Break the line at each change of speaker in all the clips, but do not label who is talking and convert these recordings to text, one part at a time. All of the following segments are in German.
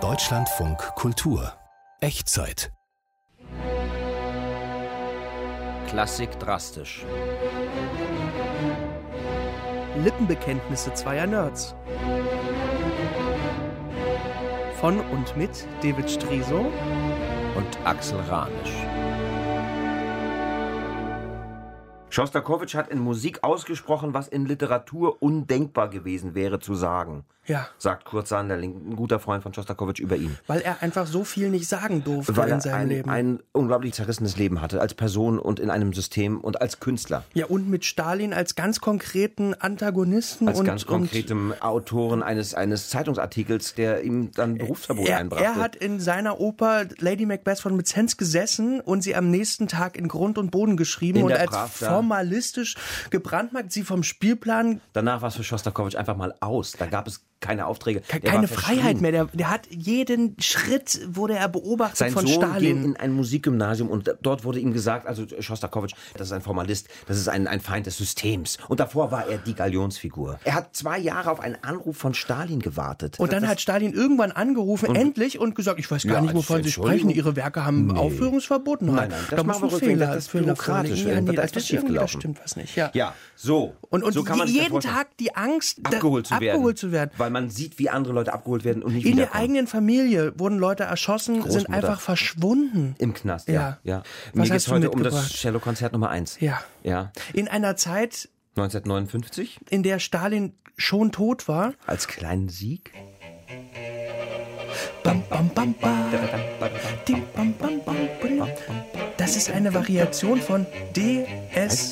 Deutschlandfunk Kultur Echtzeit
Klassik drastisch.
Lippenbekenntnisse zweier Nerds. Von und mit David Striso
und Axel Ranisch. Schostakowitsch hat in Musik ausgesprochen, was in Literatur undenkbar gewesen wäre zu sagen.
Ja.
Sagt Kurzan, der Linken, ein guter Freund von Schostakowitsch, über ihn.
Weil er einfach so viel nicht sagen durfte
Weil
in
er
seinem
ein,
Leben.
ein unglaublich zerrissenes Leben hatte, als Person und in einem System und als Künstler.
ja, und mit Stalin als ganz konkreten Antagonisten
Als
und,
ganz konkretem Autoren eines, eines Zeitungsartikels, der ihm dann Berufsverbot
und Äh, er,
einbrachte.
er hat in seiner Oper Lady Macbeth von Mitzenz gesessen und sie am nächsten Tag in Grund und Boden geschrieben
In
und
der
als
Pravda.
formalistisch gebrandmarkt sie vom Spielplan
Danach war es für Schostakowitsch einfach mal aus. Da gab es keine Aufträge. Der war
keine
verschrien.
Freiheit mehr. Der, der hat jeden Schritt wurde er beobachtet
Sein
von
Sohn
Stalin.
ging in ein Musikgymnasium und dort wurde ihm gesagt, also Schostakowitsch, das ist ein Formalist, das ist ein, ein Feind des Systems. Und davor war er die Galionsfigur. Er hat zwei Jahre auf einen Anruf von Stalin gewartet.
Und dann
Das-
hat Stalin irgendwann angerufen, endlich, und gesagt, ich weiß gar
Ja,
nicht, wovon Sie
Entschuldigung.
sprechen. Ihre Werke haben Aufführungsverbot. Nein,
Nein, nein, das
da
machen
muss
wir
ein
rückwirkend,
Fehler,
das ist
Fehler
bürokratisch,
vorliegen.
wenn-
Ja, nee,
da
das,
ist was
das, irgendwie- das
schiefgelaufen.
stimmt was nicht. Ja.
Ja, so.
Und, und
so kann man sich das
jeden
vorstellen.
Tag die Angst, da-
abgeholt zu, werden,
abgeholt zu werden.
Weil man sieht, wie andere Leute abgeholt werden und nicht
In der
wiederkommen.
eigenen Familie wurden Leute erschossen, sind
Großmutter.
einfach verschwunden.
Im Knast, ja. ja.
Ja.
Mir
Was
geht
hast
es
du
heute um das
mitgebracht?
Cello-Konzert Nummer 1.
Ja.
Ja.
In einer Zeit,
1959
in der Stalin schon tot war.
als kleinen Sieg.
Bam, bam, bam, bam. Di, bam, bam, bam, bam. Das ist eine Variation von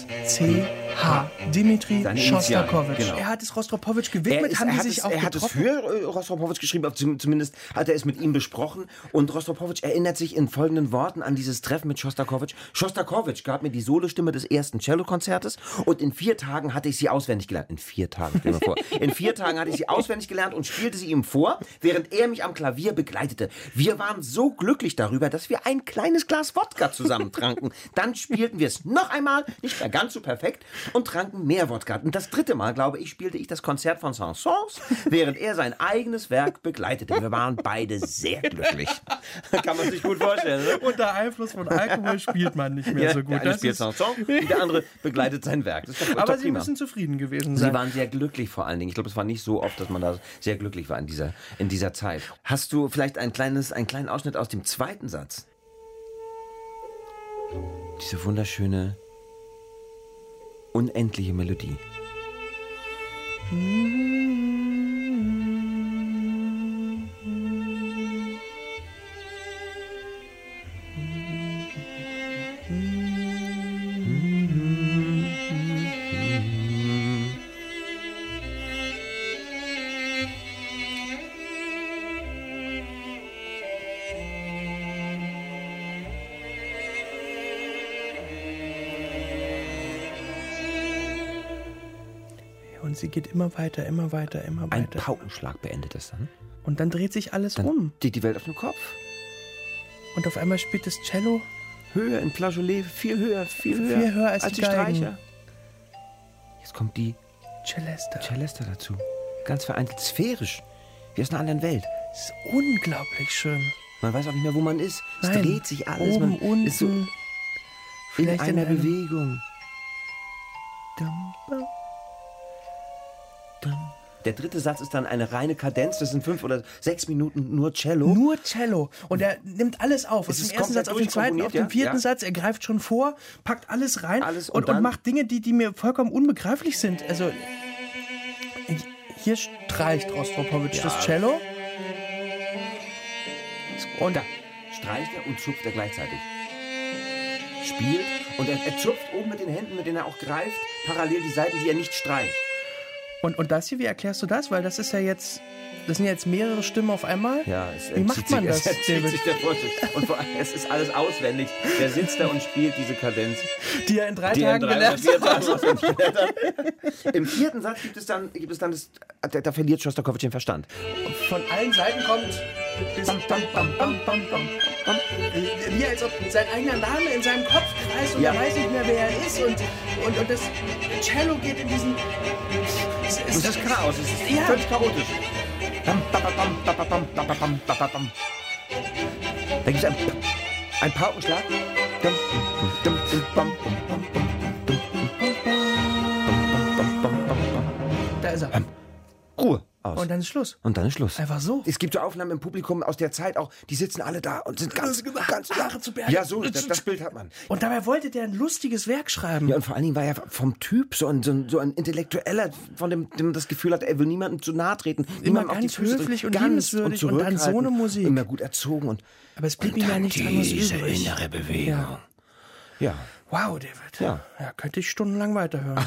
DSCH. Dimitri
Seine Initialen,
Schostakowitsch.
genau.
Er hat es Rostropowitsch gewidmet,
ist-
haben die
hat
sich
es,
auch
Er hat es
getroffen.
für äh, Rostropowitsch geschrieben, aber zum- zumindest hat er es mit ihm besprochen. Und Rostropowitsch erinnert sich in folgenden Worten an dieses Treffen mit Schostakowitsch. Schostakowitsch gab mir die Solostimme des ersten Cellokonzertes und in vier Tagen hatte ich sie auswendig gelernt. In vier Tagen, stell dir mal vor. In vier Tagen hatte ich sie auswendig gelernt und spielte sie ihm vor, während er mich am Klavier begleitete. Wir waren so glücklich darüber, dass wir ein kleines Glas Wodka zusammen tranken. Dann spielten wir es noch einmal, nicht mehr ganz so perfekt, und tranken mehr Wodka. Und das dritte Mal, glaube ich, spielte ich das Konzert von Saint-Saëns, während er sein eigenes Werk begleitete. Wir waren beide sehr glücklich. Kann man sich gut vorstellen, ne?
Unter Einfluss von Alkohol spielt man nicht mehr
der
so gut.
eine
Das
spielt
ist-
Saint-Saëns und der andere begleitet sein Werk. Das ist doch,
aber
doch
sie
prima.
müssen zufrieden gewesen
Sie
sein.
waren sehr glücklich vor allen Dingen. Ich glaube, es war nicht so oft, dass man da sehr glücklich war in dieser, in dieser Zeit. Hast du vielleicht ein kleines, einen kleinen Ausschnitt aus dem zweiten Satz? Diese wunderschöne, unendliche Melodie.
Und sie geht immer weiter, immer weiter, immer
Ein
weiter.
Paukenschlag beendet das dann.
Und dann dreht sich alles
Dann
um.
steht die Welt auf dem Kopf.
Und auf einmal spielt das Cello.
Höher in Flageolet, viel höher, viel höher,
Viel höher als die Geigen.
Streicher. Jetzt kommt die
Celeste.
Celeste dazu. Ganz vereinzelt, sphärisch. Wie aus einer anderen Welt.
Das ist unglaublich schön.
Man weiß auch nicht mehr, wo man ist. Es
Nein,
dreht sich alles.
Oben,
man
unten.
ist so in
vielleicht in
einer
einem-
Bewegung. Dum, bum, dum. Der dritte Satz ist dann eine reine Kadenz. Das sind fünf oder sechs Minuten nur Cello.
Nur Cello. Und er nimmt alles auf.
Es
Es
ist
ist im ersten
komplett
Satz, auf den zweiten,
durchkomponiert,
auf den
ja,
vierten
ja.
Satz. Er greift schon vor, packt alles rein
Alles und
und,
dann-
und macht Dinge, die, die mir vollkommen unbegreiflich sind. Also, hier streicht Rostropowitsch das Cello.
Und da streicht er und zupft er gleichzeitig. Spielt und er, er zupft oben mit den Händen, mit denen er auch greift, parallel die Seiten, die er nicht streicht.
Und, und das hier, wie erklärst du das? Weil das ist ja jetzt, das sind ja jetzt mehrere Stimmen auf einmal. wie
entzieht
macht man
sich,
das,
es entzieht
David?
sich der Vorstellung. Und vor allem, es ist alles auswendig. Der sitzt da und spielt diese Kadenz.
Die er in drei
Die er in
Tagen
drei oder
gelernt
vier
hat.
Tagen auswendig gelernt hat. Im vierten Satz gibt es dann, gibt es dann das, da, da verliert Schostakowitsch den Verstand.
Von allen Seiten kommt. Bam, bam, bam, bam, bam, bam. Wie als ob sein eigener Name in seinem Kopf kreist und
Ja.
er weiß nicht mehr, wer er ist. Und, und, und das Cello geht in diesen. Es, es,
Es ist Chaos, es ist
Ja.
völlig chaotisch. Da gibt es ein, ein Paukenschlag.
Da ist er.
Ruhe Ähm, aus.
Und dann ist Schluss.
Und dann ist Schluss.
Einfach so.
Es gibt so Aufnahmen im Publikum aus der Zeit auch, die sitzen alle da und sind ganz, ganz
Haare zu Berge.
Ja, so, das, das Bild hat man.
Und dabei wollte der ein lustiges Werk schreiben.
Ja, und vor allen Dingen war er vom Typ so ein, so ein, so ein Intellektueller, von dem, dem man das Gefühl hat, er will niemandem zu nahe treten. niemandem auf die
ganz
Füße treten,
höflich und
ganz
liebenswürdig und dann so eine
zurückhaltend,
Musik.
Immer gut erzogen und.
Aber es blieb ihm ja nichts anderes übrig.
Bewegung. Ja.
Wow, David.
Ja.
ja, könnte ich stundenlang weiterhören.